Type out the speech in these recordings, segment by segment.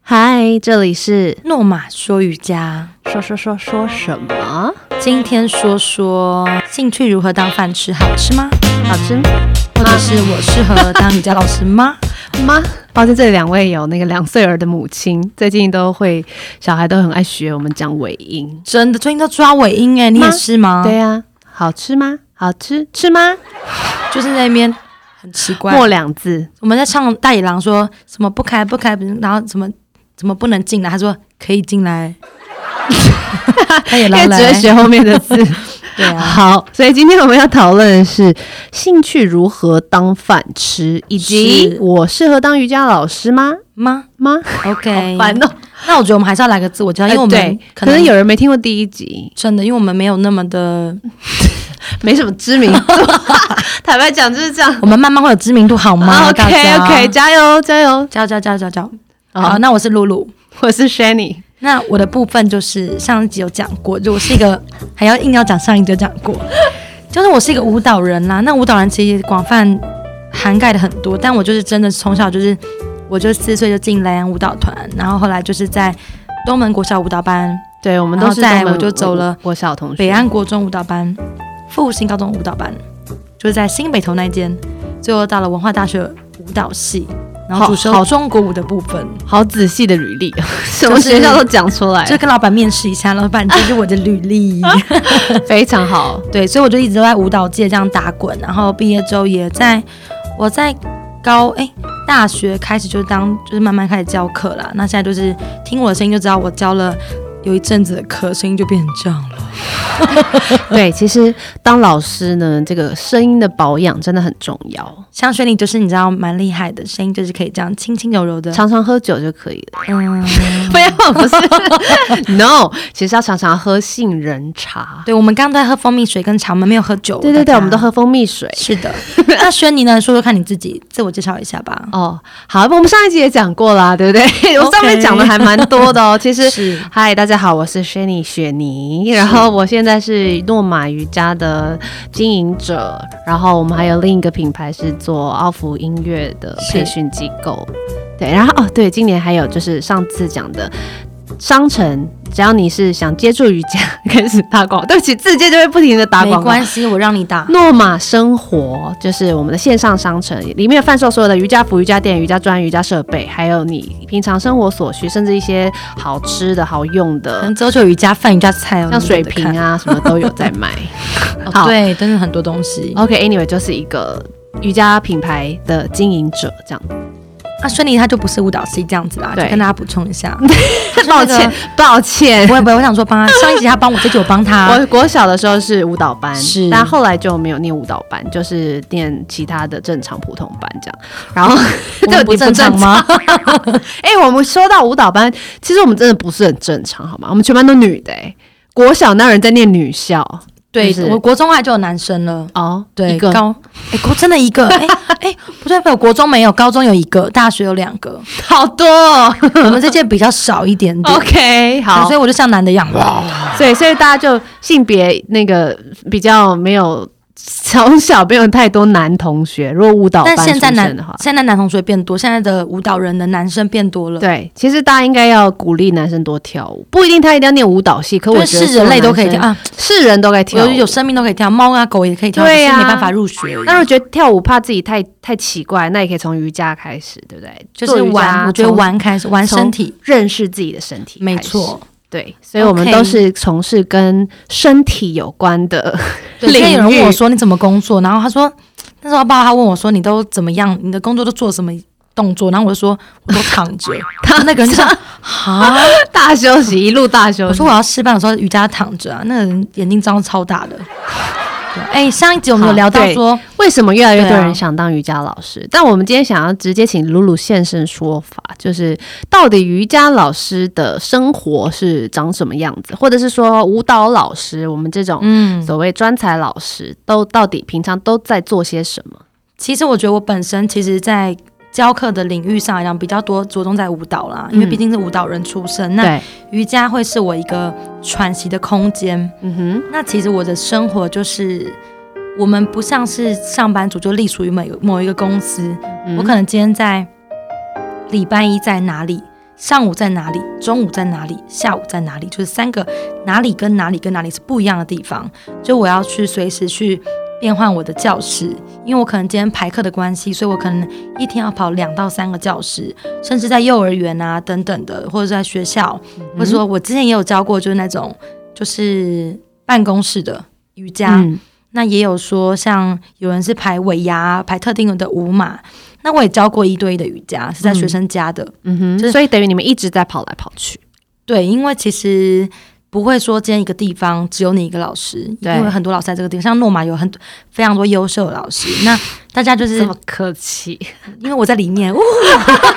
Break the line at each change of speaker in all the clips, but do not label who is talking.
嗨，这里是
诺玛说瑜伽，
说说说说什么？
今天说说兴趣如何当饭吃，好吃吗？
好吃
或者是我适合当瑜伽老师 吗？
吗？抱歉，这里两位有那个两岁儿的母亲，最近都会小孩都很爱学我们讲尾音。
真的，最近都抓尾音哎，你也是吗？
对，啊呀、好吃吗？好吃吃吗？
就是在那边很奇怪。
末两字，
我们在唱大野狼说什么不开不开，然后怎么怎么不能进来？他说可以进 来。大野
因
狼
为只
来
会，学后面的字。
对 啊，
好，所以今天我们要讨论的是兴趣如何当饭吃，以及
是
我适合当瑜伽老师吗？
吗
吗？
？OK，
烦哦，
那我觉得我们还是要来个自我介绍，因为我
哎
们
对可能有人没听过第一集，
真的，因为我们没有那么的，
没什么知名 度，坦白讲就是这样。
我们慢慢会有知名度，好吗？大
OK
家
OK，加油加油！
加油加油加油加油加油！好，
好，
那我是露露。
我是 Shanny，
那我的部分就是上一集有讲过，就我是一个还要硬要讲上一集有讲 过，就是我是一个舞蹈人啦。那舞蹈人其实广泛涵盖的很多，但我就是真的从小就是，我就四岁就进莱阳舞蹈团，然后后来就是在东门国小舞蹈班、
对我们
然
都
后
是
再
东门
我就走了
我小同学
北安国中舞蹈班、复兴高中舞蹈班，就是在新北投那间，最后到了文化大学舞蹈系，然后
好
主修
好
中国舞的部分。
好仔细的履历， 什
就
么
是
学校都讲出来，
就跟老板面试一下，老板这是我的履历。
非常好。
对，所以我就一直都在舞蹈界这样打滚，然后毕业之后也在我在高哎、大学开始就当就是慢慢开始教课啦。那现在就是听我的声音就知道我教了有一阵子的课，声音就变成这样 了。
对，其实当老师呢，这个声音的保养真的很重要，
像轩丽就是你知道蛮厉害的，声音就是可以这样轻轻柔柔 的，
常常喝酒就可以 了。
嗯，
不要，不是 ，No，其实要常常喝杏仁茶。
对，我们刚刚都在喝蜂蜜水跟茶，我们没有喝酒。
对对对，
大家
我们都。喝蜂蜜水。
是 的，那轩妮呢？说说看你自己，自我介绍一下吧。
哦，好，我们上一集也讲过啦，对不对？我上面
OK
讲的还蛮多的哦。其实，
是
嗨，大家好，我是 Shani 雪妮，然后我现在是诺玛瑜伽的经营者，然后我们还有另一个品牌是做奥福音乐的
是
培训机构。对，然后哦，对，今年还有就是上次讲的商城，只要你是想接触瑜伽， 开始打广告，对不起，自己就会不停的打
没
广告。
关系，我让你打。
诺玛生活就是我们的线上商城，里面贩售所有的瑜伽服、瑜伽垫、瑜伽砖、瑜伽设备，还有你平常生活所需，甚至一些好吃的好用
可
的，
能只有就有瑜伽饭、瑜伽菜哦，
像水瓶啊什么都有在卖。
你看，
好
哦、对，真的很多东西。
OK，Anyway，、就是一个瑜伽品牌的经营者这样。
那轩啊尼他就不是舞蹈系这样子啦，就
对
跟大家补充 一下。
抱歉，抱歉
不。会不会，我想说帮他上一集他帮我，这集我帮他。
我国小的时候是舞蹈班，
啊是
但后来就没有念舞蹈班，就是念其他的正常普通班这样。然 后
我们
这
不
你
正常吗？
哎、我们说到舞蹈班，其实我们真的不是很正常，好吗？我们全班都女的、欸，国小那人在念女校
对
就是，
我国中后来就有男生了。
哦，
对，
一个
高哎、国真的一个哎哎、不对，我国中没有，高中有一个，大学有两 个，
好多、 哦、
我们这届比较少一点点，
，OK，好哦
所以，我就像男的一样，哇，
所以所以大家就性别那个比较没有。从小没有太多男同学，如果舞蹈班
但
出
现在
身
男
的话，
现在男同学变多，现在的舞蹈人的男生变多了，
对，其实大家应该要鼓励男生多跳舞，不一定他一定要念舞蹈系，可
因
我
为
觉得
是人类都可以
所有
跳
男
啊，
生，是人都该跳
有
舞，
有生命都可以跳，猫啊狗也可以跳，
对啊
只是没办法入学而已。
但是我觉得跳舞怕自己太太奇怪，那也可以从瑜伽开始，对不对？
就
做
是
瑜伽
玩，我觉得
从
玩开始玩身体，
认识自己的身体，
没，错。
对，所以我们
OK
都是从事跟身体有关的
对，之前有人
领域
问我说你怎么工作，然后他说那时候爸爸他问我说你都怎么样，你的工作都做什么动作，然后我就说我都躺 着。他那个人就说啊，
大休息，一路大休
我
息。
说我要示范，我说瑜伽躺着啊，那个人眼睛张超大的。对哎，上一集我们有
好
聊到
对
说，
为什么越来越多
对啊
人想当瑜伽老师？但我们今天想要直接请露露现身说法，就是到底瑜伽老师的生活是长什么样子，或者是说舞蹈老师，我们这种
嗯，
所谓专才老师，都到底平常都在做些什么？
其实我觉得我本身其实，在教课的领域上来讲，比较多着重在舞蹈啦，因为
嗯
毕竟是舞蹈人出身，那
对，
瑜伽会是我一个喘息的空间。
嗯哼，
那其实我的生活就是，我们不像是上班族，就隶属于某一个某一个公司。
嗯
我可能今天在礼拜一在哪里，上午在哪里，中午在哪里，下午在哪里，就是三个哪里跟哪里跟哪里是不一样的地方，就我要去随时去变换我的教室，因为我可能今天排课的关系，所以我可能一天要跑两到三个教室，甚至在幼儿园啊等等的，或者是在学校，或者说我之前也有教过，就是那种就是办公室的瑜伽，
嗯
那也有说，像有人是排尾牙、排特定的舞码。那我也教过一对一的瑜伽，是在学生家的。
嗯哼，
就是
所以等于你们一直在跑来跑去，
对，因为其实不会说今天一个地方只有你一个老师，
对
因为很多老师在这个地方，像诺玛有很非常多优秀的老师。那大家就是
客气。
因为我在里面，呜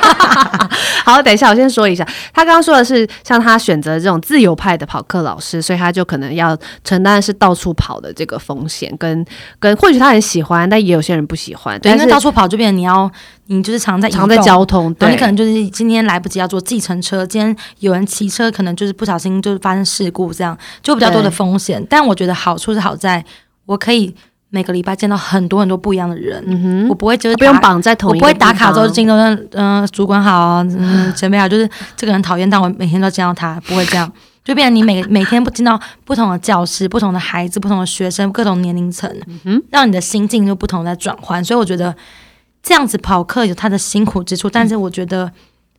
好，等一下，我先说一下，他刚刚说的是像他选择这种自由派的跑课老师，所以他就可能要承担是到处跑的这个风险，跟跟或许他很喜欢，但也有些人不喜欢，
对，因
但
为
是
到处跑就变成你要，你就是常在移
常在
动
交通，
然
对，
后你可能就是今天来不及要坐计程车，今天有人骑车，可能就是不小心就是发生事故，这样就比较多的
对
风险。但我觉得好处是好在我可以每个礼拜见到很多很多不一样的人，
嗯哼，
我不会就是
不用
打，
绑在同
我
一
不
个
会打卡之后
周
就进入嗯、呃主管好啊、 嗯前辈好，就是这个人讨厌，但我每天都见到他，不会这样。 就变成你每每天不见到不同的教师、不同的孩子、不同的学生、各种年龄层，让你的心境就不同在转换。所以我觉得这样子跑课有它的辛苦之处，但是我觉得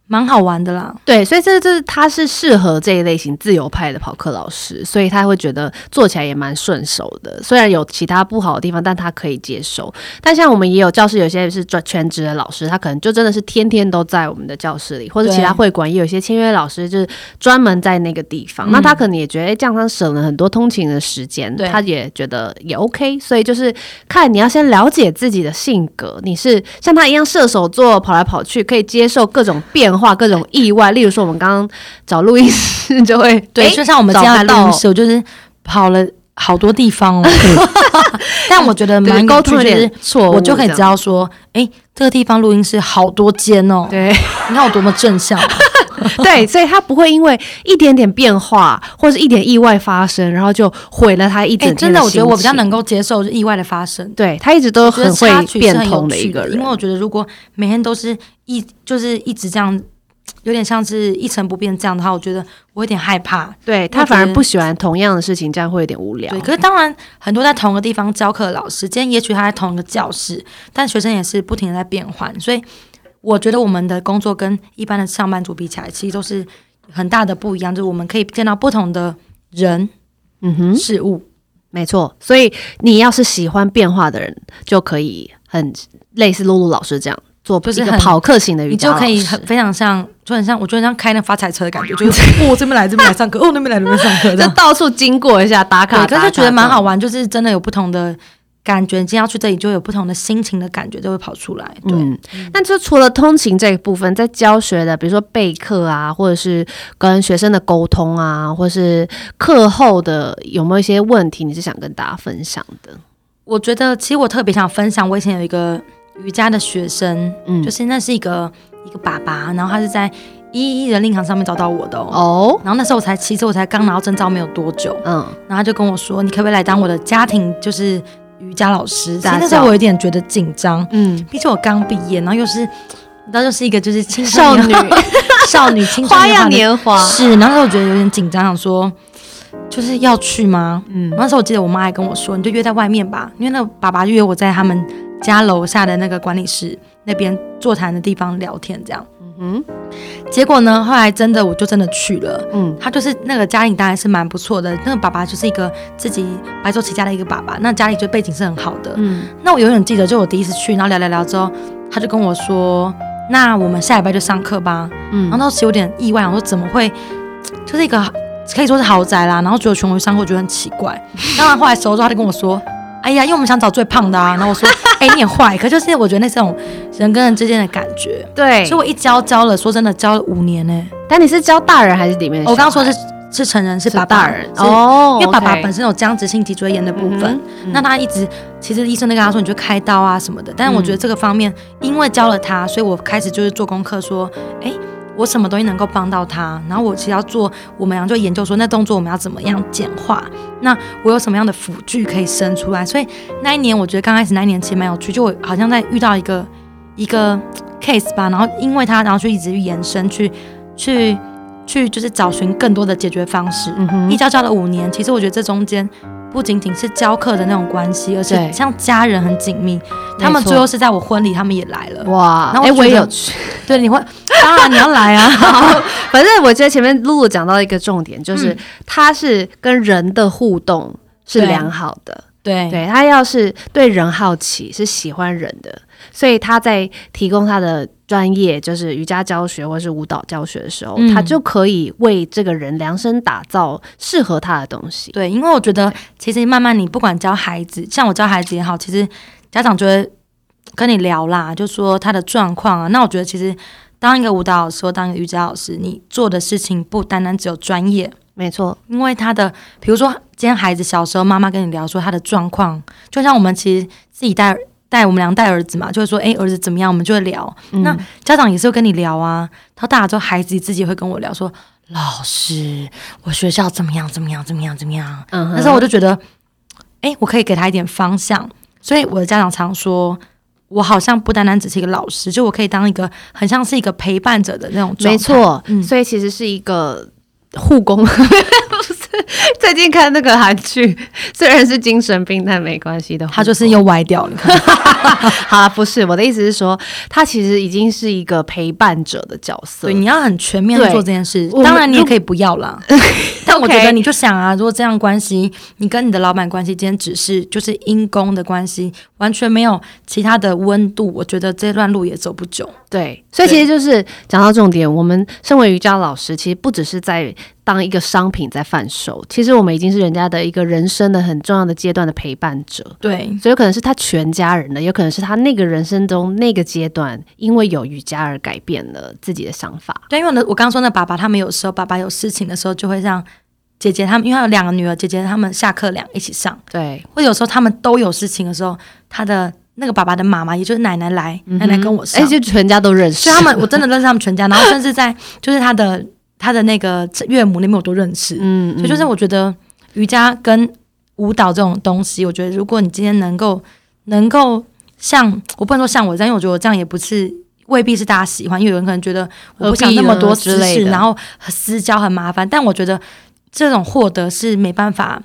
蛮好玩的啦。
对，所以这这他是适合这一类型自由派的跑课老师，所以他会觉得做起来也蛮顺手的。虽然有其他不好的地方，但他可以接受。但像我们也有教室，有些是专全职的老师，他可能就真的是天天都在我们的教室里，或者
对
其他会馆也有一些签约老师，就是专门在那个地方。
嗯
那他可能也觉得，哎、这样他省了很多通勤的时间
对，
他也觉得也 OK。所以就是看你要先了解自己的性格，你是像他一样射手座跑来跑去，可以接受各种变化、各种意外。例如说，我们刚刚找录音师就会
对，
诶
就像我们这样的
找
录
不
音
到
室，我就是跑了好多地 方哦。但我觉得
对
蛮有
沟
趣
通有
就是
点错误，
我就可以知
这样。
道说，哎、这个地方录音室好多间哦，
对
你看我多么正向。
啊 对，所以他不会因为一点点变化或是一点意外发生，然后就毁了他一
哎、
整天
真的，我
心
觉得我比较
情
能够接受意外的发生。
对他一直都
我觉得
很
插
会
曲是
变
很有
通的一
趣
个
的，
人，
因为我觉得如果每天都是一就是一直这样，有点像是一成不变这样的话，我觉得我有点害怕。
对他
我觉
反而
得
不喜欢同样的事情，这样会有点无聊
对，。可是当然，很多在同个地方教课的老师，今天也许他在同一个教室，但学生也是不停的在变换，所以我觉得我们的工作跟一般的上班族比起来，其实都是很大的不一样，就是我们可以见到不同的人
嗯哼，
事物。
没错。所以你要是喜欢变化的人，就可以很类似露露老师这样做，
就是
一个
很
跑课型的瑜
你
伽
就
老师
可以很非常像，就很像，我觉得像开那发财车的感觉， 就是哦这边来这边来上课，哦那边来那边上课，这
就
样
到处经过一下打卡，
对，可是
打
就
卡
觉得蛮
这样
好。玩，就是真的有不同的感觉，你今天要去这里就有不同的心情的感觉就会跑出来，对。
嗯，那就除了通勤这一部分，在教学的，比如说备课啊，或者是跟学生的沟通啊，或是课后的有没有一些问题，你是想跟大家分享的？
我觉得其实我特别想分享，我以前有一个瑜伽的学生，
嗯，
就是那是一个一个爸爸，然后他是在一一的令堂上面找到我的哦。
哦，
然后那时候我才，其实我才刚拿到证照没有多久，
嗯，
然后他就跟我说，你可不可以来当我的家庭就是瑜伽老师？其
家
实
教
那时候我有点觉得紧张，
嗯，
毕竟我刚毕业，然后又是，你知道，又是一个就是青春
少女
少女青春
花样
年
年华
华的，是，然后那时候我觉得有点紧张，想说就是要去吗？
嗯
那时候我记得我妈还跟我说，你就约在外面吧，因为那个爸爸约我在他们家楼下的那个管理室那边座谈的地方聊天，这样。
嗯
结果呢，后来真的我就真的去了。
嗯
他就是那个家里当然是蛮不错的，那个爸爸就是一个自己白手起家的一个爸爸，那家里就背景是很好的。
嗯，
那我永远记得，就我第一次去，然后聊聊聊之后，他就跟我说：“那我们下礼拜就上课吧。”
嗯
然后当时有点意外，我说怎么会，就是一个可以说是豪宅啦，然后只有全回上课，我觉得很奇怪。 当然后来熟了之后，他就跟我说。哎呀，因为我们想找最胖的啊，然后我说，哎、你很坏，可就是我觉得那是种人跟人之间的感觉，
对，
所以我一教教了，说真的，教了五年呢、
但你是教大人还是里面的小孩？
我刚刚说是是成人，是
是
爸爸
大人
是
哦，
因为爸爸
OK
本身有僵直性脊椎炎的部分，
嗯
那他一直其实医生都跟他说你就开刀啊什么的，但是我觉得这个方面，因为教了他，所以我开始就是做功课说，哎、我什么东西能够帮到他？然后我其实要做，我们俩就研究说那动作我们要怎么样简化，那我有什么样的辅具可以生出来？所以那一年我觉得刚开始那一年其实蛮有趣，就我好像在遇到一个一个 case 吧，然后因为他然后就一直去延伸去去去就是找寻更多的解决方式。
嗯
一
哼，
教教了五年，其实我觉得这中间不仅仅是教课的那种关系，而
对
且像家人很紧密。他们
没错
最后是在我婚礼，他们也来了。
哇，
然后
哎、
我就
我也
觉
有
得
去。
对，你会， 当然你要来啊。
好，反正我觉得前面露露讲到一个重点，就是
嗯
他是跟人的互动是
对
良好的，
对
对他要是对人好奇，是喜欢人的，所以他在提供他的专业，就是瑜伽教学或是舞蹈教学的时候，
嗯
他就可以为这个人量身打造适合他的东西。
对，因为我觉得其实慢慢你不管教孩子，像我教孩子也好，其实家长就会跟你聊啦，就说他的状况啊。那我觉得其实当一个舞蹈老师或当一个瑜伽老师，你做的事情不单单只有专业，
没错，
因为他的，比如说今天孩子小时候，妈妈跟你聊说他的状况，就像我们其实自己带带我们俩带儿子嘛，就会说，诶，哎儿子怎么样，我们就会聊。
嗯
那家长也是会跟你聊啊，到大了之后，孩子自己会跟我聊说，老师，我学校怎么样，怎么样，怎么样，怎么样。
嗯哼，
那时候我就觉得，诶，我可以给他一点方向。所以我的家长常说，我好像不单单只是一个老师，就我可以当一个很像是一个陪伴者的那种状态。
没错，
嗯
所以其实是一个护工。 不是最近看那个韩剧，虽然是精神病，但没关系的。
他就是又歪掉了，你看
好了，不是我的意思是说，他其实已经是一个陪伴者的角色
对，。你要很全面地
对
做这件事。
我们
当然，你也
如
可以不要 啦。但我
OK
觉得你就想啊，如果这样关系，你跟你的老板关系今天只是就是因公的关系，完全没有其他的温度，我觉得这段路也走不久。
对，所以其实就是讲到重点，我们身为瑜伽老师，其实不只是在当一个商品在贩售，其实我们已经是人家的一个人生的很重要的阶段的陪伴者。
对，
所以有可能是他全家人的，有可能是他那个人生中那个阶段，因为有瑜伽而改变了自己的想法。
对，因为我的我刚刚说那爸爸，他们有时候爸爸有事情的时候，就会让姐姐他们，因为他有两个女儿，姐姐他们下课两一起上，
对，
或者有时候他们都有事情的时候，他的那个爸爸的妈妈，也就是奶奶来，奶奶跟我上
哎、，就全家都认识
所以他们，我真的认识他们全家，然后甚至在就是他的他的那个岳母那边我都认识，
嗯，
所以就是我觉得瑜伽跟舞蹈这种东西，我觉得如果你今天能够能够像我不能说像我这样，因为我觉得我这样也不是未必是大家喜欢，因为有人可能觉得我不想那么多
之
知
类
识，
的，
然后私交很麻烦，但我觉得这种获得是没办法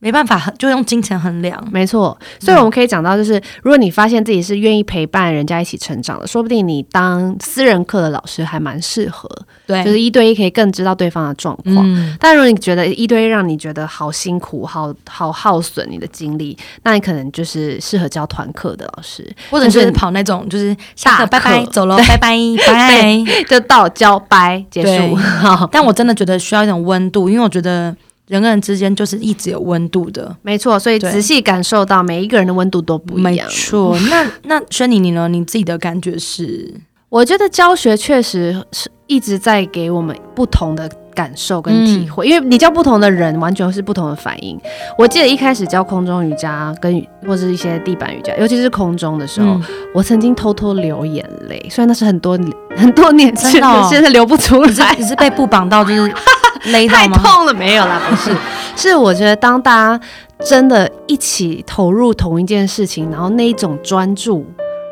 没办法就用金钱衡量，
没错，所以我们可以讲到，就是、如果你发现自己是愿意陪伴人家一起成长的，说不定你当私人课的老师还蛮适合，
对，
就是一对一可以更知道对方的状况。
嗯。
但如果你觉得一对一让你觉得好辛苦、好好耗损你的精力，那你可能就是适合教团课的老师，
或者是跑那种，就是下课
大
拜
课
拜，走喽，拜拜，拜
对。就到教掰结束。
对
好，
但我真的觉得需要一种温度，因为我觉得人跟人之间就是一直有温度的。
没错，所以
对
仔细感受到每一个人的温度都不一
没
样。
错，那那轩尼你呢？你自己的感觉是
我觉得教学确实是一直在给我们不同的感受跟体
嗯
会，因为你教不同的人，完全是不同的反应。我记得一开始教空中瑜伽跟或是一些地板瑜伽，尤其是空中的时候，
嗯
我曾经偷偷流眼泪，虽然那是很多很多年前
真的哦
现在流不出
你是
来
你。是被布绑到就是 勒到
太
吗？
痛了，没有 啦，不是，是我觉得当大家真的一起投入同一件事情，然后那一种专注，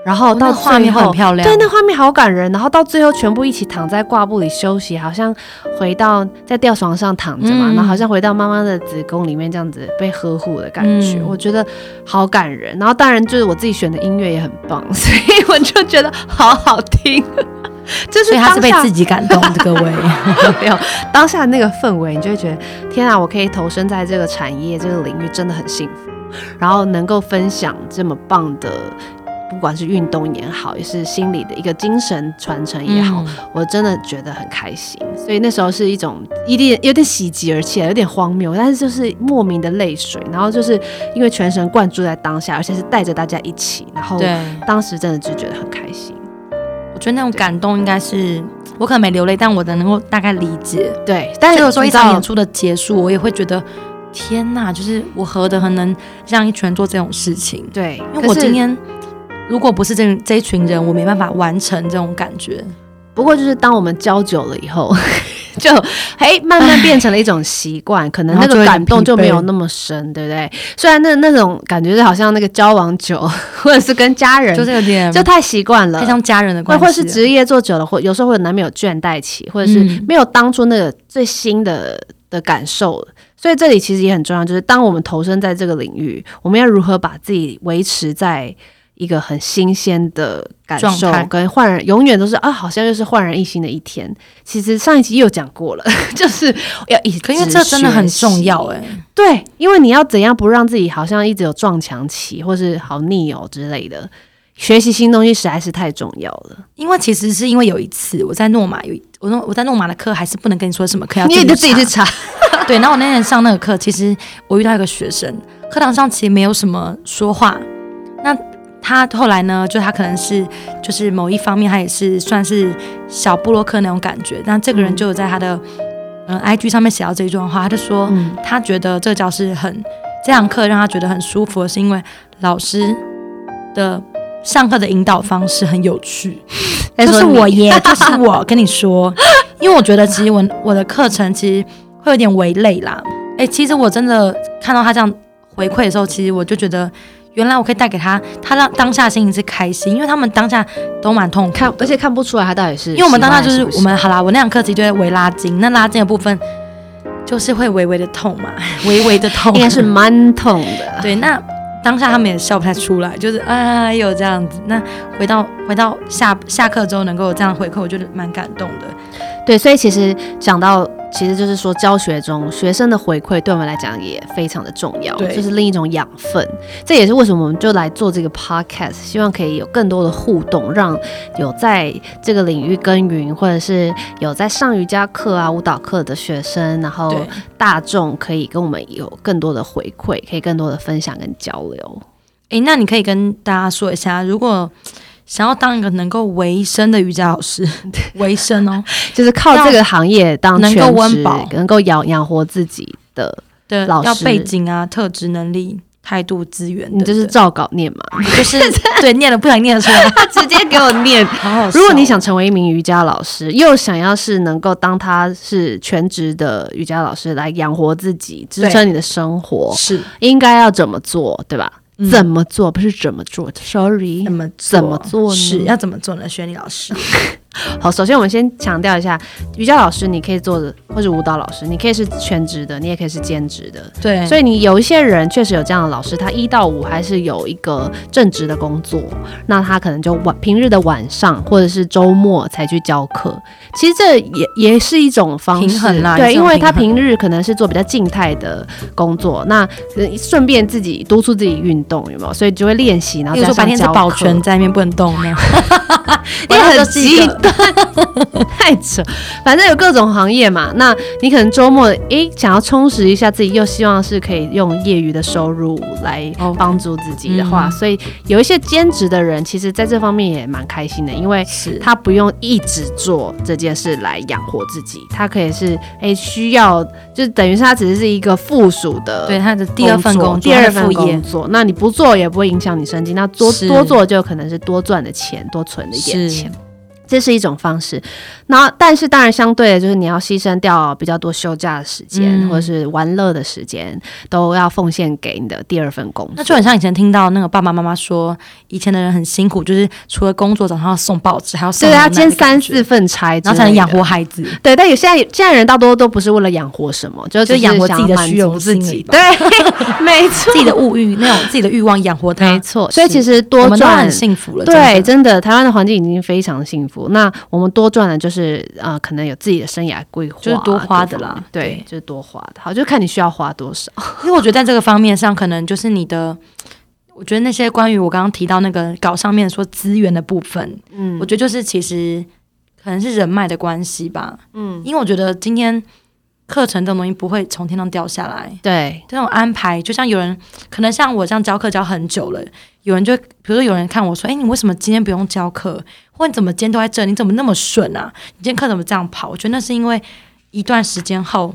然后
哦那
到
个画
最
面会
后
很，漂亮，
对，那画面好感人。然后到最后，全部一起躺在挂布里休息，好像回到在吊床上躺着嘛，
嗯
然后好像回到妈妈的子宫里面这样子被呵护的感觉，
嗯
我觉得好感人。然后当然就是我自己选的音乐也很棒，所以我就觉得好好听。 就是
所以他是被
当下
自己感动的，各位。
没有当下那个氛围，你就会觉得天啊，我可以投身在这个产业这个领域，真的很幸福。然后能够分享这么棒的，不管是运动也好，也是心理的一个精神传承也好，
嗯
我真的觉得很开心。所以那时候是一种一定有点喜极而泣，有点荒谬，但是就是莫名的泪水。然后就是因为全神贯注在当下，而且是带着大家一起，然后
对，
当时真的就觉得很开心。
我觉得那种感动应该是我可能没流泪，但我能够大概理解。
对，但
所
是
以有时候
你
一
知道
场演出的结束，我也会觉得天哪，就是我何德何能让一群人做这种事情？
对，
因为
可
我
是
今天如果不是这这一群人，我没办法完成这种感觉。
不过就是当我们教久了以后， 就哎慢慢变成了一种习惯，可能那个感动就没有那么深，对不对？虽然那那种感觉是好像那个交往久，或者是跟家人，
就是有点
就太习惯了
太，像家人的
或
关系
或
了，
是职业做久了，或有时候会难免有倦怠期，或者是
嗯
没有当初那个最新的的感受了。所以这里其实也很重要，就是当我们投身在这个领域，我们要如何把自己维持在一个很新鲜的感受
状态，
跟焕然永远都是啊，好像又是焕然一新的一天。其实上一集又讲过了， 就是要一直
可因为这真的很重要
学习
哎、
对，因为你要怎样不让自己好像一直有撞墙期，或是好腻哦之类的，学习新东西实在是太重要了。
因为其实是因为有一次我在诺马有一我诺我在诺马的课还是不能跟你说什么课，要
你也就自己去
查
查，
对。然后我那天上那个课，其实我遇到一个学生，课堂上其实没有什么说话。那他后来呢，就他可能是就是某一方面，他也是算是小布洛克那种感觉。但这个人就有在他的嗯、IG 上面写到这一段话，他就说、
嗯
他觉得这个教室很这堂课让他觉得很舒服，是因为老师的上课的引导方式很有 趣。
再
就
说
是
你
我耶， 就是我跟你说，因为我觉得其实我我的课程其实会有点围累啦。哎、其实我真的看到他这样回馈的时候，其实我就觉得，原来我可以带给他，他让当下心情是开心，因为他们当下都蛮痛苦。
看，而且看不出来他到底是喜欢还是不喜欢，
因为我们当下就是我们好啦，我那堂课其实就会围拉筋，那拉筋的部分就是会微微的痛嘛， 微微的痛，
应该是蛮痛的，
对，那当下他们也笑不太出来，就是哎呦这样子。那回到回到下下课之后能够有这样回馈，我觉得蛮感动的。
对，所以其实讲到，其实就是说教学中学生的回馈对我们来讲也非常的重要，
对
就是另一种养分。这也是为什么我们就来做这个 podcast，希望可以有更多的互动，让有在这个领域耕耘，或者是有在上瑜伽课啊、舞蹈课的学生，然后
对，
大众可以跟我们有更多的回馈，可以更多的分享跟交流。
诶，那你可以跟大家说一下，如果想要当一个能够维生的瑜伽老师， 维生哦
就是靠这个行业当全职，
能够温饱
能够养养活自己的，
的
老
要
师
背景啊、特质、能力、态度、资源等
你
等，
就是照稿念嘛。
就是对念了不想念得出来，
他直接给我念。
好好笑。
如果你想成为一名瑜伽老师，又想要是能够当他是全职的瑜伽老师来养活自己、支撑你的生活，
是
应该要怎么做，对吧？
嗯
怎么做不是怎么做，sorry
怎。么做
怎么做呢
是要怎么做呢？雪莉 老师，
好，首先我们先强调一下，瑜伽老师你可以做的，或者舞蹈老师，你可以是全职的，你也可以是兼职的，
对，
所
以
以你有一些人确实有这样的老师，他一到五还是有一个正职的工作，那他可能就晚平日的晚上或者是周末才去教课。其实这也也是一种方式，
平衡啦
对，
也是一
因
种
为他
平
平日可能是做比较静态的工作，那呃顺便自己督促自己运动，有没有？所以就会练习，然后
比如
加
说白
上
天是
教
保
课
全。在那边不能动 呢，
也
晚上
很
就是一
极
个
端，太扯。反正有各种行业嘛，那你可能周末诶想要充实一下自己，又希望是可以用业余的收入来
OK
帮助自己的话
嗯
所以有一些兼职的人，其实在这方面也蛮开心的，因为
是
他不用一直做这件事来养活自己，他可以是诶需要，就等于是他只是一个附属的
对他的第二份工作，
第二份
他的副
工
业
作，那你不做也不会影响你生计，那多
是
多做就可能是多赚的钱，多存的一点
是
钱。这是一种方式，然后但是当然相对的就是你要牺牲掉比较多休假的时间、
嗯
或者是玩乐的时间，都要奉献给你的第二份工
那就
作。
很像以前听到那个爸爸妈妈说，以前的人很辛苦，就是除了工作，早上要送报纸，还要送
对，他
牛奶
兼
的感
三
觉
四，份差，
然后才能养。活孩子。
对，但有现在现在人大多都不是为了养活什么，就只
就
是
养活自己的
想要
虚荣
满足自
心而
己
已。吧
对， 没错，
自己的物欲，那种自己的欲望养活他，
没错。所以
是
其实
我
多
们都
赚
很幸福了。
对，
真的
真的，台湾的环境已经非常幸福。那我们多赚的，就是呃，可能有自己的生涯规划啊，
就是多花
各
的
方
啦
面对
对，
就是多花的。好，就看你需要花多少。
因为我觉得在这个方面上，可能就是你的。我觉得那些关于我刚刚提到那个稿上面说资源的部分，
嗯
我觉得就是其实可能是人脉的关系吧。
嗯，
因为我觉得今天课程这种东西不会从天上掉下来，
对，
这种安排，就像有人可能像我这样教课教很久了，有人就比如说有人看我说，哎、你为什么今天不用教课？或你怎么今天都在这？你怎么那么顺啊？你今天课怎么这样跑？我觉得那是因为一段时间后，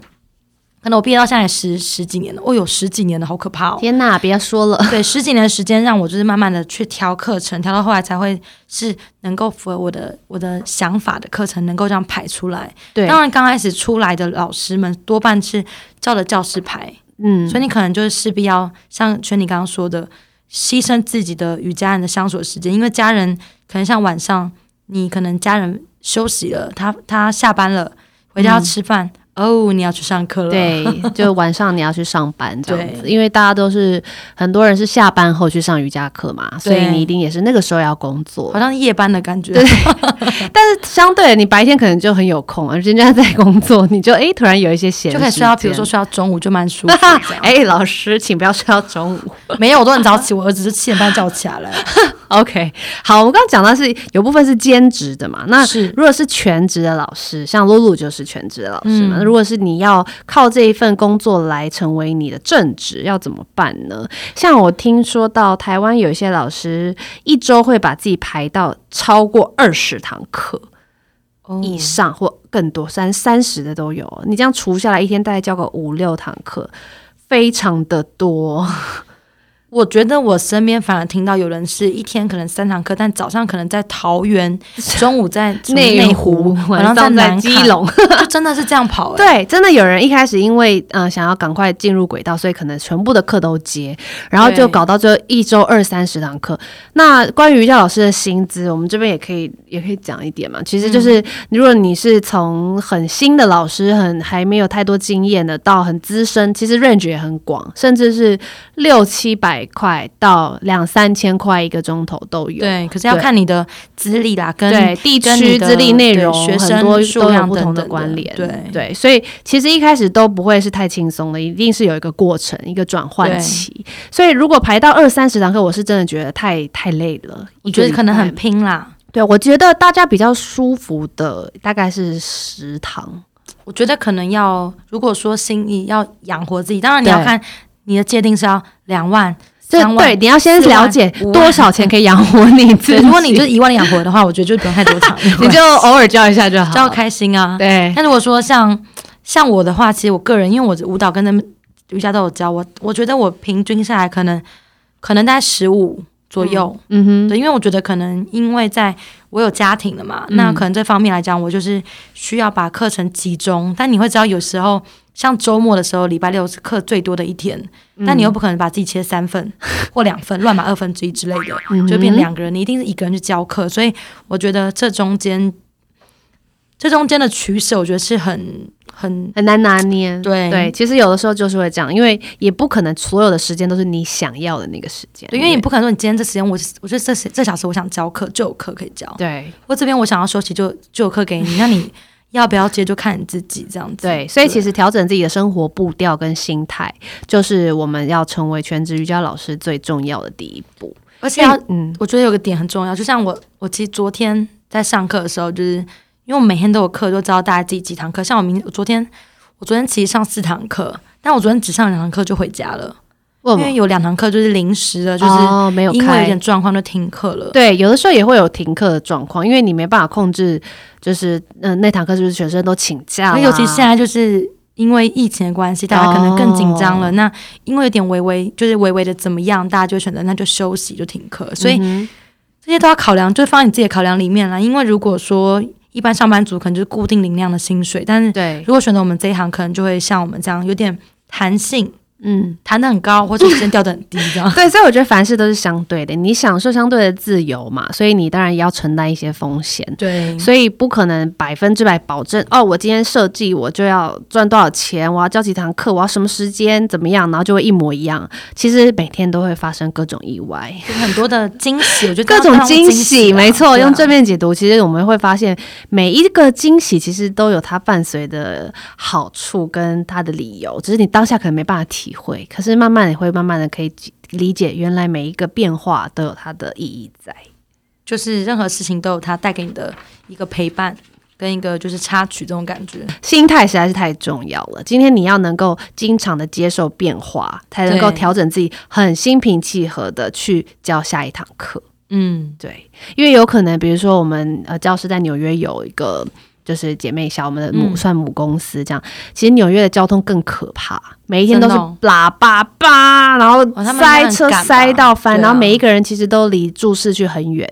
可能我毕业到现在也十十几年了，哦有十几年了，好可怕哦。
天啊哪，别说了，
对，十几年的时间让我就是慢慢的去挑课程，挑到后来才会是能够符合我的我的想法的课程，能够这样排出来。
对，
当然，刚开始出来的老师们多半是照着教室排，
嗯，
所以你可能就是势必要像全你刚刚说的，牺牲自己的与家人的相处的时间，因为家人可能像晚上，你可能家人休息了，他他下班了，回家要吃饭，哦，你要去上课了，
对，就晚上你要去上班 这样子，
对
因为大家都是很多人是下班后去上瑜伽课嘛，所以
对
你一定也是那个时候要工作
好。像夜班的感觉，
对相对你白天可能就很有空，而人家在工作，你就哎、诶突然有一些闲，
就可以睡到，比如说。睡到中午就蛮舒服 这样。
哎、老师，请不要睡到中午。
没有，我都很早起，我儿子是七点半叫我起来了。
OK，好，我们刚刚讲到是有部分是兼职的嘛，那
是
如果是全职的老师，像露露就是全职的老师嘛，
嗯
那如果是你要靠这一份工作来成为你的正职，要怎么办呢？像我听说到台湾有一些老师一周会把自己排到超过二十堂课
哦
以上，或更多，三三十的都有哦。你这样除下来，一天大概教个五六堂课，非常的多。
我觉得我身边反而听到有人是一天可能三堂课，但早上可能在桃园，中午在什么内湖，
晚
晚上
上在
南
基
崁，
隆，
就真的是这样跑、欸。
对，真的有人一开始因为呃想要赶快进入轨道，所以可能全部的课都接，然后就
对
搞到最后一周二三十堂课。那关于瑜伽老师的薪资，我们这边也可以也可以讲一点嘛。其实就是、如果你是从很新的老师，很还没有太多经验的，到很资深，其实 range 也很广，甚至是六七百块到两三千块一个钟头都有。
对，可是要
对
看你的资历啦，跟
对地
跟
区
你的
资历内
对
容
学
很
生
多
数
都有
量
不
等
同的
等
关联，
对
对，所以其实一开始都不会是太轻松的，一定是有一个过程，一个转换
对
期。所以如果排到二三十堂课，我是真的觉得太太累了，
我觉得可能
一个
很
礼拜
拼啦。
对，我觉得大家比较舒服的大概是十堂，
我觉得可能要，如果说心意要养活自己，当然你要
对
看你的界定是要两 万、
这
三万
对，你要先
四万
了解
五万
多少钱可以养活你自
对，
己。
如果你就是一万两活的话，我 觉得就不用太多 场，
你就偶尔教一下就好，
只要开心啊。
对
但如果说像像我的话，其实我个人因为我舞蹈跟他们瑜伽都有教，我我觉得我平均下来可能可能大概十五左右、
嗯哼，
对，因为我觉得可能因为在我有家庭了嘛，
嗯
那可能这方面来讲，我就是需要把课程集中。但你会知道，有时候像周末的时候，礼拜六是课最多的一天，
嗯
但你又不可能把自己切 三份或两份，乱码二分之一之类的，
嗯哼
就变两个人，你一定是一个人去教课。所以我觉得这中间这中间的取舍，我觉得是很很
很难拿捏。
对
对，其实有的时候就是会这样，因为也不可能所有的时间都是你想要的那个时间。
对，因为你不可能说你今天这时间我我觉得这时这小时我想教课就有课可以教，
对
或这边我想要休息就就有课给 你，那你要不要接就看你自己这样子。
对，所以其实调整自己的生活步调跟心态，就是我们要成为全职瑜伽老师最重要的第一步。
而且要
嗯，
我觉得有个点很重要，就像我我其实昨天在上课的时候，就是因为我每天都有课，就知道大概自己几堂课。像我明我昨天我昨天其实上四堂课，但我昨天只上两堂课就回家了，
为
因为有两堂课就是临时的，就
就是、
是
哦哦、没有
因为有
开
点。状况就停课了。
对，有的时候也会有停课的状况，因为你没办法控制，就是嗯、呃那堂课是不是学生都请假啦？啊
那啊尤其现在就是因为疫情的关系，大家可能更紧张
哦
了。那因为有点微微就是微微的怎么样，大家就选择那就休息就停课，所以
嗯
这些都要考量，就放在你自己的考量里面啦。因为如果说一般上班族可能就是固定领量的薪水，但是
哼对，
如果选择我们这一行，可能就会像我们这样有点弹性，
嗯。。
弹得很高，或者先掉得很低这样
对，所以我觉得凡事都是相对的，你享受相对的自由嘛，所以你当然也要承担一些风险。
对
所以不可能百分之百保证哦，我今天设计我就要赚多少钱，我要教几堂课，我要什么时间怎么样，然后就会一模一样。其实每天都会发生各种意外，
以很多的惊喜，我觉得
各
当
种
然
惊
有
喜，
啦
没错。
对啊
用正面解读，其实我们会发现每一个惊喜其实都有它伴随的好处跟它的理由，只是你当下可能没办法体会，可是慢慢你会慢慢的可以理解，原来每一个变化都有它的意义在。
就是任何事情都有它带给你的一个陪伴，跟一个就是插曲这种感觉。
心态实在是太重要了。今天你要能够经常的接受变化，才能够
对
调整自己，很心平气和的去教下一堂课。
嗯，
对，因为有可能，比如说我们呃教师在纽约有一个。就是姐妹校，我们的
嗯
母、算母公司这样。其实纽约的交通更可怕，每一天都是
真的哦
喇叭叭，然后
他们
塞
很
车
赶吧
塞到翻，
对啊
然后每一个人其实都离住市区很远，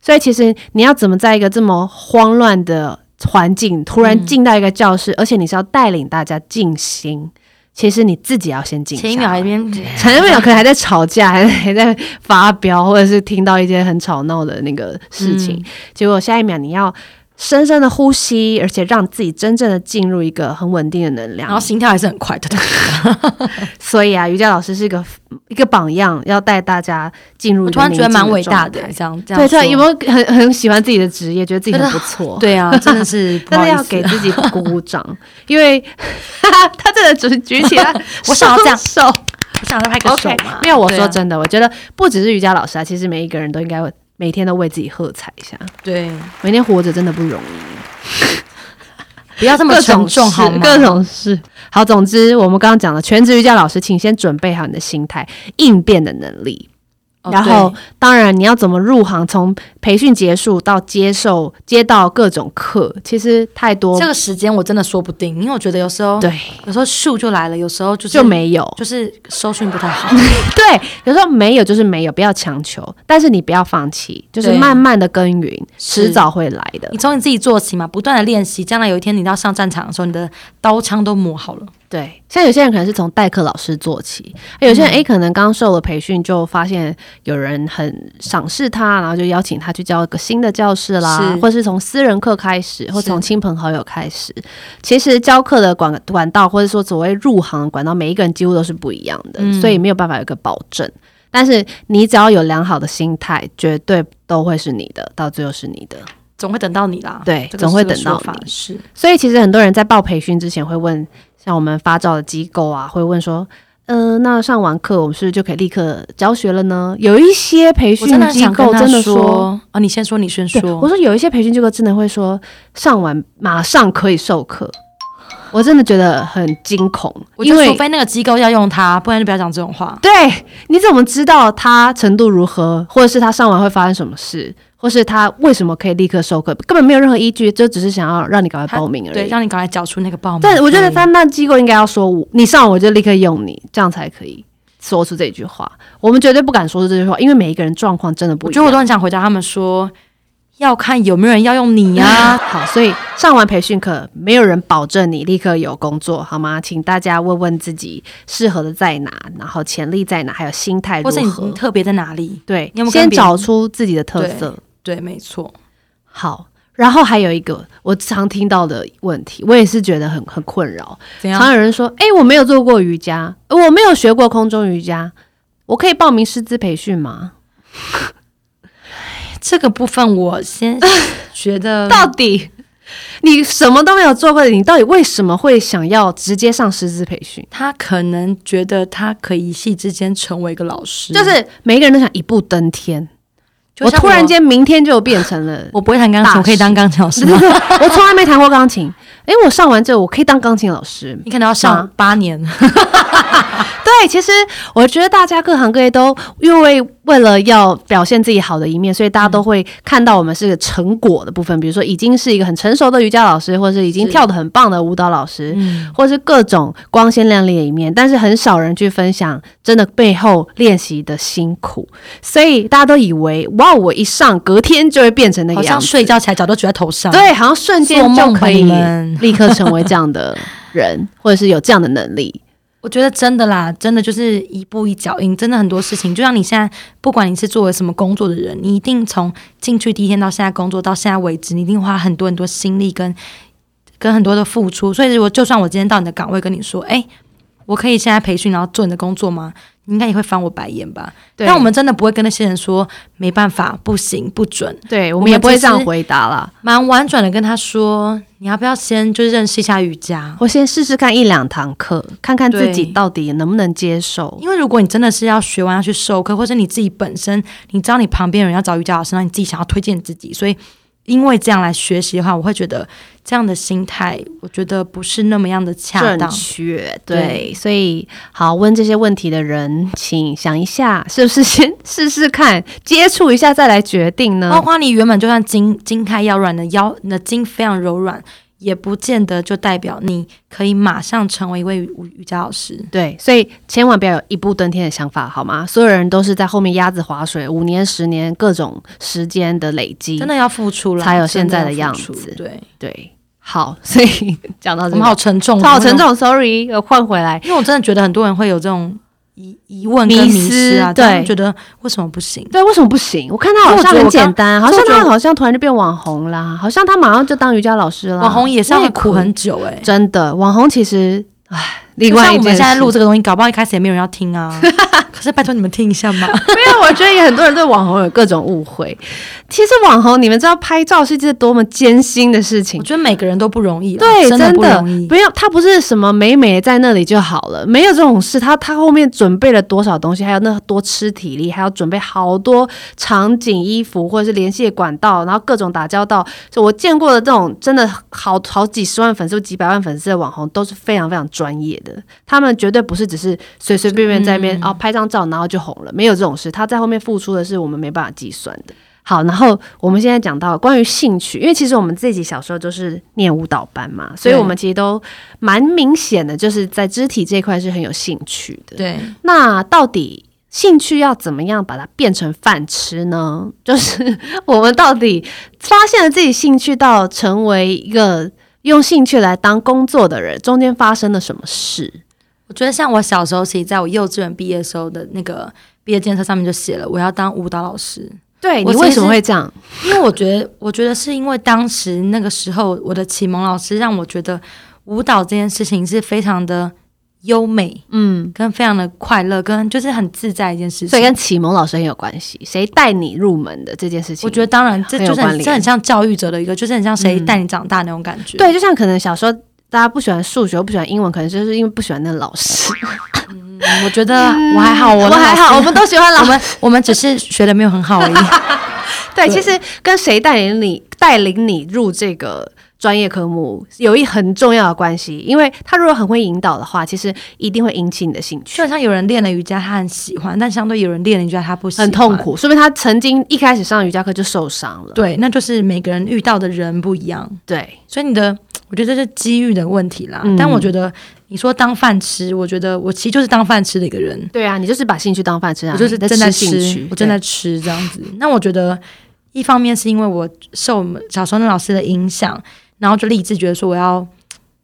所以其实你要怎么在一个这么慌乱的环境突然
嗯
进到一个教室，而且你是要带领大家静心，其实你自己要先静下来。
前一秒还边
前一秒可能还在吵架， 还在还在发飙，或者是听到一些很吵闹的那个事情，
嗯
结果下一秒你要深深的呼吸，而且让自己真正的进入一个很稳定的能
然后
量。
心跳还是很 快的。
所以啊，瑜伽老师是一个一个榜样，要带大家进入
我
一个
突然觉得蛮伟大
宁
的，
静
这样
状
这样
态。对，
说。
对，有没有很很喜欢自己的职业，觉得自己很
真
不
的
错？
对啊， 真的是不
但
好
是
意
要
思，
给自己鼓鼓掌，因为 他真的只是举起来
我想要这样
手。
我想要拍个
OK，
手嘛。
没有，我
对啊
说，真的，我觉得不只是瑜伽老师啊，其实每一个人都应该为每天都为自己喝彩一下。
对，
每天活着真的不容易，
不要这么
各
沉
种
重
事
好吗？
各种事。好，总之我们刚刚讲了，全职瑜伽老师，请先准备好你的心态、应变的能力。
哦
然
对
后，当然你要怎么入行，从培训结束到接受接到各种课，其实太多
这个时间我真的说不定，因为我觉得有时候
对
有时候咻就来了，有时候就是
就没有。
就是收讯不太 好。
对，有时候没有就是没有，不要强求，但是你不要放弃，就是
对
慢慢的耕耘，迟
是
早会来的
你。从你自己做起嘛，不断的练习，将来有一天你到上战场的时候，你的刀枪都磨好了。
对，像有些人可能是从代课老师做起，有
嗯
些人诶、可能刚受了培训，就发现有人很赏识他，然后就邀请他去教一个新的教室啦，
是
或是从私人课开始，或
是
从亲朋好友开始。其实教课的管管道，或者说所谓入行的管道，每一个人几乎都是不一样的，
嗯
所以没有办法有一个保证。但是你只要有良好的心态，绝对都会是你的，到最后是你的。
总会等到你啦，
对
啊这个
总会
是个
等到
说法
你
是
所以其实很多人在报培训之前会问，像我们发照的机构啊，会问说。呃，那上完课我们是不是就可以立刻教学了呢？有一些培
我
训
真的很
机
想跟
构
他
真的说，
说啊，你先说，你先
对，我说
说，
有一些培训机构真的会说，上完马上可以授课，我真的觉得很惊恐，
我
因
就除
为
非那个机构要用它，不然就不要讲这种话。
对，你怎么知道他程度如何，或者是他上完会发生什么事，或是他为什么可以立刻授课，根本没有任何依据，就只是想要让你赶快
他
报名而已。
对，让你赶快缴出那个报名费。
但我觉得他那机构应该要说，我你上我就立刻用你，这样才可以说出这句话。我们绝对不敢说出这句话，因为每一个人状况真的不
我
一
觉得我
样。
都很想回答他们说，要看有没有人要用你啊呀、
好，所以上完培训课，没有人保证你立刻有工作，好吗？请大家问问自己适合的在哪，然后潜力在哪，还有心态
或者
如
你
何
你。特别在哪里？
对
你有没，有跟
先
别人
找出自己的特色。
对，没错，
好，然后还有一个我常听到的问题，我也是觉得很很困扰，
怎样？
常有人说：“哎、我没有做过瑜伽，呃我没有学过空中瑜伽，我可以报名师资培训吗？”
这个部分 我先觉得，
到底你什么都没有做过，你到底为什么会想要直接上师资培训？
他可能觉得他可以一夕之间成为一个老师，
就是每一个人都想一步登天，
就
我
像
突然，间明天就变成了
我不会弹钢
大
琴，我可以
师
当钢琴老师
对
吗？
对对我从来没弹过钢琴。哎、我上完这我可以当钢琴老师。
你可能要上
吗
八年，
对，其实我觉得大家各行各业都因为为了要表现自己好的一面，所以大家都会看到我们是个成果的部分，比如说已经是一个很成熟的瑜伽老师，或是已经
是
跳得很棒的舞蹈老师，
嗯，
或是各种光鲜亮丽的一面，但是很少人去分享真的背后练习的辛苦，所以大家都以为哇，我一上隔天就会变成那
好
个样
像
子，
睡觉起来脚都举在头上，，
对，好像瞬
做
间就
梦吧
可
你
以
们
立刻成为这样的人，或者是有这样的能力。
我觉得真的啦，真的就是一步一脚印，真的很多事情，就像你现在，不管你是作为什么工作的人，你一定从进去第一天到现在工作到现在为止，你一定花很多很多心力跟跟很多的付出。所以，我就算我今天到你的岗位跟你说，哎、我可以现在培训，然后做你的工作吗？你应该也会翻我白眼吧？
对
但我们真的不会跟那些人说没办法、不行、不准，
对我
我
们也
们
不会
其
这样
实
回答啦。
蛮婉转的跟他说，你要不要先就认识一下瑜伽？
我先试试看一两堂课，看看自己
对
到底能不能接受。
因为如果你真的是要学完要去授课，或者你自己本身你知道你旁边有人要找瑜伽老师，那你自己想要推荐你自己，所以因为这样来学习的话，我会觉得这样的心态，我觉得不是那么样的恰
正
当。
确，对，
对
所以好问这些问题的人，请想一下，是不是先 试试看，接触一下再来决定呢？
包括你原本就算筋筋开腰软的腰，你的筋非常柔软，也不见得就代表你可以马上成为一位瑜瑜伽老师。
对，所以千万不要有一步登天的想法，好吗？所有人都是在后面鸭子划水，五年、十年各种时间的累积，
真的要付出了，
才有现在的
真要付
样子
出对，
对。好，所以 讲到
我
这
们
个，
好沉重，哦
好沉，重，sorry，又换回来。
因为我真的觉得很多人会有这种疑疑问跟
迷
迷
思
失啊，
对
他们觉得为什么不行？
对，为什么不行？我看他
因为
好
我
像
觉得
很
我刚
简单，好
所
像
以我觉
他
得
好像突然就变网红啦，好像他马上就当瑜伽老师啦。
网红也是要
那
苦
可
很久哎、欸。
真的，网红其实，唉，另外
就像
一
我
件
们现在
事
录，这个东西，搞不好一开始也没有人要听啊。 可是拜托你们听一下嘛，
因为我觉得也很多人对网红有各种误会。其实网红，你们知道拍照是一件多么艰辛的事情
我。觉得每个人都不容易啦，
对，
真
真
不
的
容易。
不要，他不是什么美美在那里就好了，没有这种事。他他后面准备了多少东西，还有那多吃体力，还要准备好多场景、衣服或者是联系的管道，然后各种打交道。就我见过的这种真的好好几十万粉丝、几百万粉丝的网红，都是非常非常专业的，他们绝对不是只是随随便便在那边、哦拍张照然后就红了，没有这种事。他在后面付出的是我们没办法计算的。好，然后我们现在讲到关于兴趣，因为其实我们自己小时候就是念舞蹈班嘛，所以我们其实都蛮明显的，就是在肢体这一块是很有兴趣的。
对，
那到底兴趣要怎么样把它变成饭吃呢？ 就是我们到底发现了自己兴趣，到成为一个用兴趣来当工作的人，中间发生了什么事？
我觉得像我小时候，其实在我幼稚园毕业的时候的那个毕业检测上面就写了，我要当舞蹈老师。
对你
我其实
为什么会这样？
因为我觉得，我觉得是因为当时那个时候，我的启蒙老师让我觉得舞蹈这件事情是非常的优美，
嗯，
跟非常的快乐，跟就是很自在的一件事情。
所以跟启蒙老师很有关系，谁带你入门的这件事情，
我觉得，当然这
很有
就是
关
很
联
这很像教育者的一个，就是很像谁
嗯
带你长大那种感觉。
对，就像可能小时候大家不喜欢数学，不喜欢英文，可能就是因为不喜欢那个老师。
嗯，我觉得我还好，我
我
的
还
老师
好，我们都喜欢老
我们我们只是学的没有很好而已。
对，
对
其实跟谁带领你带领你入这个专业科目有一很重要的关系，因为他如果很会引导的话，其实一定会引起你的兴趣
就。好像有人练了瑜伽，他很喜欢，但相对有人练了瑜伽，他不喜欢，
很痛。苦，说明他曾经一开始上瑜伽课就受伤了。
对，那就是每个人遇到的人不一样，
对，
所以你的，我觉得这是机遇的问题啦。
嗯
但我觉得你说当饭吃，我觉得我其实就是当饭吃的一个人，
对啊，你就是把兴趣当饭吃啊，
我就是
你在
正在
吃兴趣，
我正在吃这样子。那我觉得一方面是因为我受我们小时候那老师的影响，然后就立志觉得说我要。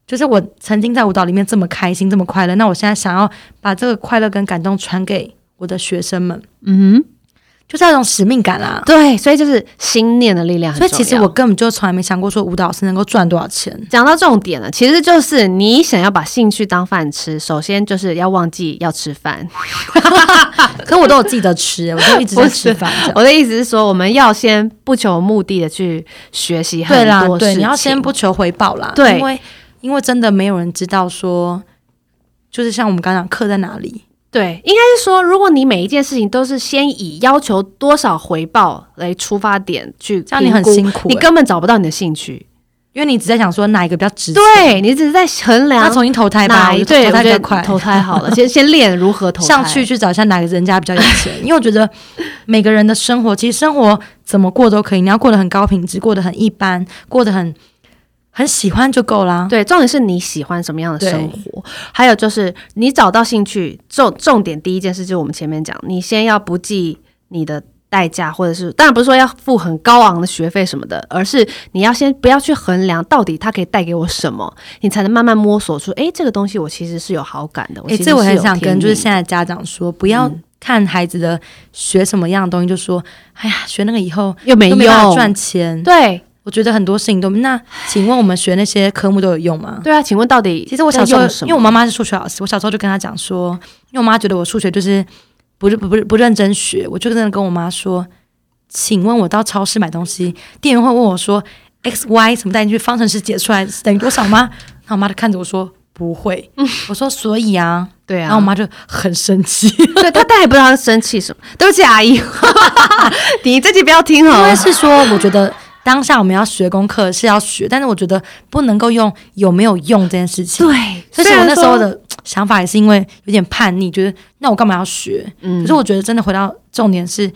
就是我曾经在舞蹈里面这么开心，这么快乐，那我现在想要把这个快乐跟感动传给我的学生们，
对嗯哼，
就是那种使命感啦。
对，所以就是心念的力量很
所
重
以
要。
其实我根本就从来没想过说舞蹈是能够赚多少钱。
讲到重点了，其实就是你想要把兴趣当饭吃，首先就是要忘记要吃饭。
可我都有自己的吃，我就一直在吃饭这样。
我的意思是说，我们要先不求目的的去学习很
对啦
多，事
对，
情
你要先不求回报啦，
对
因为因为真的没有人知道说，就是像我们刚刚讲课在哪里，
对，应该是说，如果你每一件事情都是先以要求多少回报来出发点去
这样你很
评估
辛苦、
你
欸
根本找不到你的兴趣。
因为你只在想说哪一个比较值钱。
对你只是在衡
那
量
重新投胎吧，
哪
我
一
就
对
投胎
我
比
觉
较
得
快，
投胎好了，先先练如何投 胎
上去。去找一下哪个人家比较有钱，因为我觉得每个人的生活，其实生活怎么过都可以，你要过得很高品质，过得很一般，过得很很喜欢就够啦。
对，重点是你喜欢什么样的生活，还有就是你找到兴趣。重重点第一件事就是我们前面讲，你先要不计你的代价，或者是当然不是说要付很高昂的学费什么的，而是你要先不要去衡量到底它可以带给我什么，你才能慢慢摸索出，诶，这个东西我其实是有好感的。我
诶，
其实
这我
是
很
有嗯
想
甜
跟就是
蜜
现在的家长说，不要看孩子的学什么样的东西，就说哎呀，学那个以后
又没
都
用
没办法赚钱。
对
我觉得很多事情都那，请问我们学那些科目都有用吗？
对啊，请问到底
其实我小时候
在用什，么
因为我妈妈是数学老师，我小时候就跟她讲说，因为我妈觉得我数学就是不是不不不认真学，我就真的跟我妈说，请问我到超市买东西，店员会问我说 x y 什么带进去，方程式解出来等于多少吗？然后我妈就看着我说不会，我说所以啊，
对啊，
然后我妈就很生气，
对她当然也不知道 她生气什么，对不起阿姨，你自己不要听
因
哦
为。是说我觉得当下我们要学功课是要学，但是我觉得不能够用有没有用这件事情。
对，
所以我那时候的想法也是因为有点叛逆，觉得那我干嘛要学？
嗯，
可是我觉得真的回到重点是，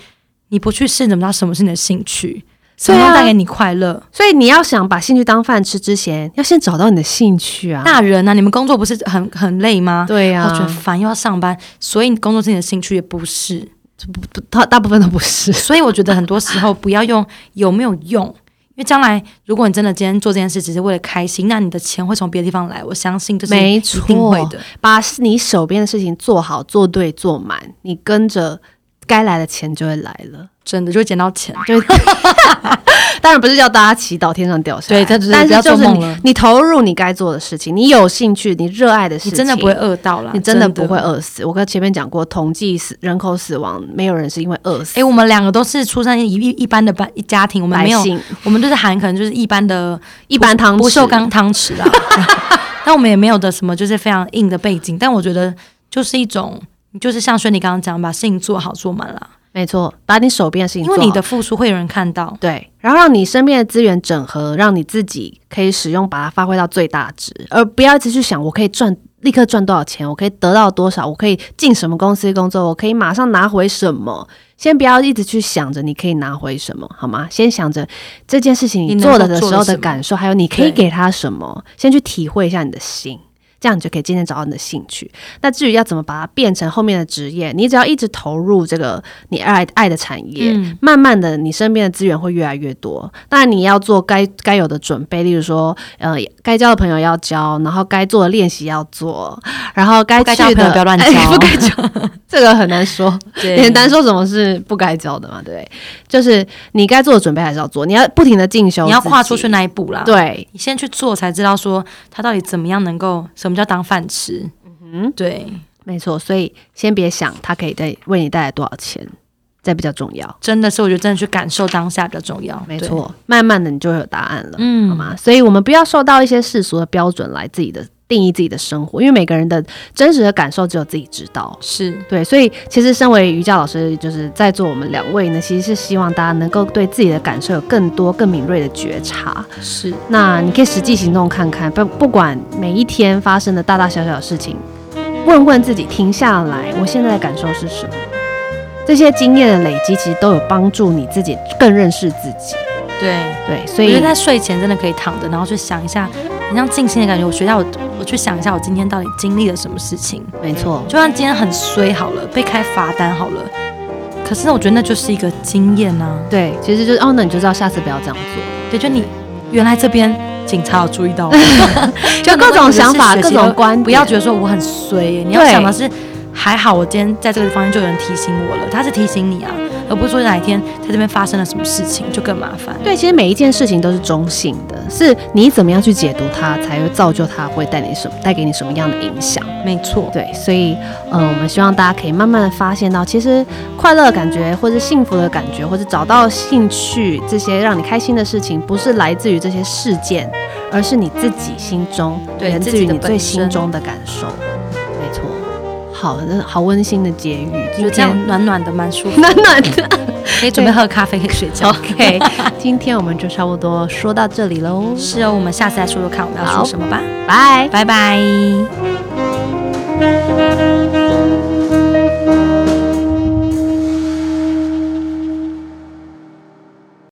你不去试，你怎么知道什么是你的兴趣？什
对
么
啊
能带给你快乐？
所以你要想把兴趣当饭吃之前，要先找到你的兴趣啊。
大人啊，你们工作不是很很累吗？
对啊
我
呀、
觉得烦，又要上班，所以你工作是你的兴趣，也不是。
不大大部分都不是。
所以我觉得很多时候不要用有没有用，因为将来如果你真的今天做这件事只是为了开心，那你的钱会从别的地方来，我相信这是
没
一定会的。
把你手边的事情做好、做对、做满，你跟着该来的钱就会来了。
真的就会捡到钱，
就当然不是叫大家祈祷天上掉下来，
对但是
但
不要
是就是
做梦
你
了
你投入你该做的事情，你有兴趣、你热爱的事
你
情，
真的不会。饿到啦，
你真
真
的不会。饿死。我跟前面讲过，统计死人口死亡，没有人是因为饿死。
诶，我们两个都是出生一一一般的班一家哎庭，我们
百
没有，
姓
我们就是含可能就是一般的
一般汤
不
匙
锈钢汤 匙啦。但我们也没有的什么就是非常硬的背景，但我觉得就是一种，就是像轩你刚刚讲，把事情做好做满啦，
没错，把你手边的事情
因
做
为
好，
你的付出会有人看到。
对，然后让你身边的资源整合，让你自己可以使用，把它发挥到最大值，而不要一直去想我可以赚立刻赚多少钱，我可以得到多少，我可以进什么公司工作，我可以马上拿回什么。先不要一直去想着你可以拿回什么，好吗？先想着这件事情你
你能
做
够
了的
做
时
了
候
什
的
么
感受，还有你可以
对
给他什么，先去体会一下你的心。这样你就可以渐渐找到你的兴趣。那至于要怎么把它变成后面的职业，你只要一直投入这个你爱爱的产业，
嗯
慢慢的你身边的资源会越来越多。当然你要做该该有的准备，例如说，呃，该交的朋友要交，然后该做的练习要做，然后该
不该
去
交的
的哎
朋友不要乱交
不该 交，这个很难说。
简
简单说什么是不该交的嘛，对不对？就是你该做的准备还是要做，你要不停的进修，
你要跨出去。那一步啦。，
对，
你先去做才知道说他到底怎么样能够什么叫当饭吃。嗯，对，
没错，所以先别想它可以带为你带来多少钱，这比较重要。
真的是我觉得真的去感受当下比较重要。
没
对，
错，慢慢的你就会有答案了，
嗯
好吗？所以我们不要受到一些世俗的标准来自己的定义自己的生活，因为每个人的真实的感受只有自己知道。
是
对，所以其实身为瑜伽老师，就是在座我们两位呢，其实是希望大家能够对自己的感受有更多、更敏锐的觉察。
是，
那你可以实际行动看看，不不管每一天发生的大大小小的事情，问问自己，停下来，我现在的感受是什么？这些经验的累积，其实都有帮助你自己更认识自己。
对。
对，所
我
以
觉得在睡前真的可以躺着，然后去想一下，很像静心的感觉。我学到我，我去想一下我今天到底经历了什么事情。
没错，
就算今天很衰好了，被开罚单好了，可是我觉得那就是一个经验啊。
对，其实就是哦，那你就知道下次不要这样做，
对，就你原来这边警察有注意到我，
就各种想法、
就
各
是学习都
种观点，
不要觉得说我很衰耶、你要
对
想的是，还好我今天在这个方面就有人提醒我了，他是提醒你啊，而不是说哪一天在这边发生了什么事情就更麻烦。
对，其实每一件事情都是中性的，是你怎么样去解读它，才会造就它会带你什么，带给你什么样的影响。
没错，
对，所以，嗯、我们希望大家可以慢慢的发现到，其实快乐的感觉，或是幸福的感觉，或者找到兴趣这些让你开心的事情，不是来自于这些事件，而是你自己心中，
对
源
自
自
己
于
的
你
本
最心
身
中的感受。没错，好，那好温馨的结语，
就
今
这样
天
暖暖的，蛮舒 服的。
暖暖 的。
可以准备喝咖啡，可以睡 觉。
OK，今天我们就差不多说到这里喽，
是哦，我们下次再说说看我们要
好
说什么吧。
拜。
拜拜。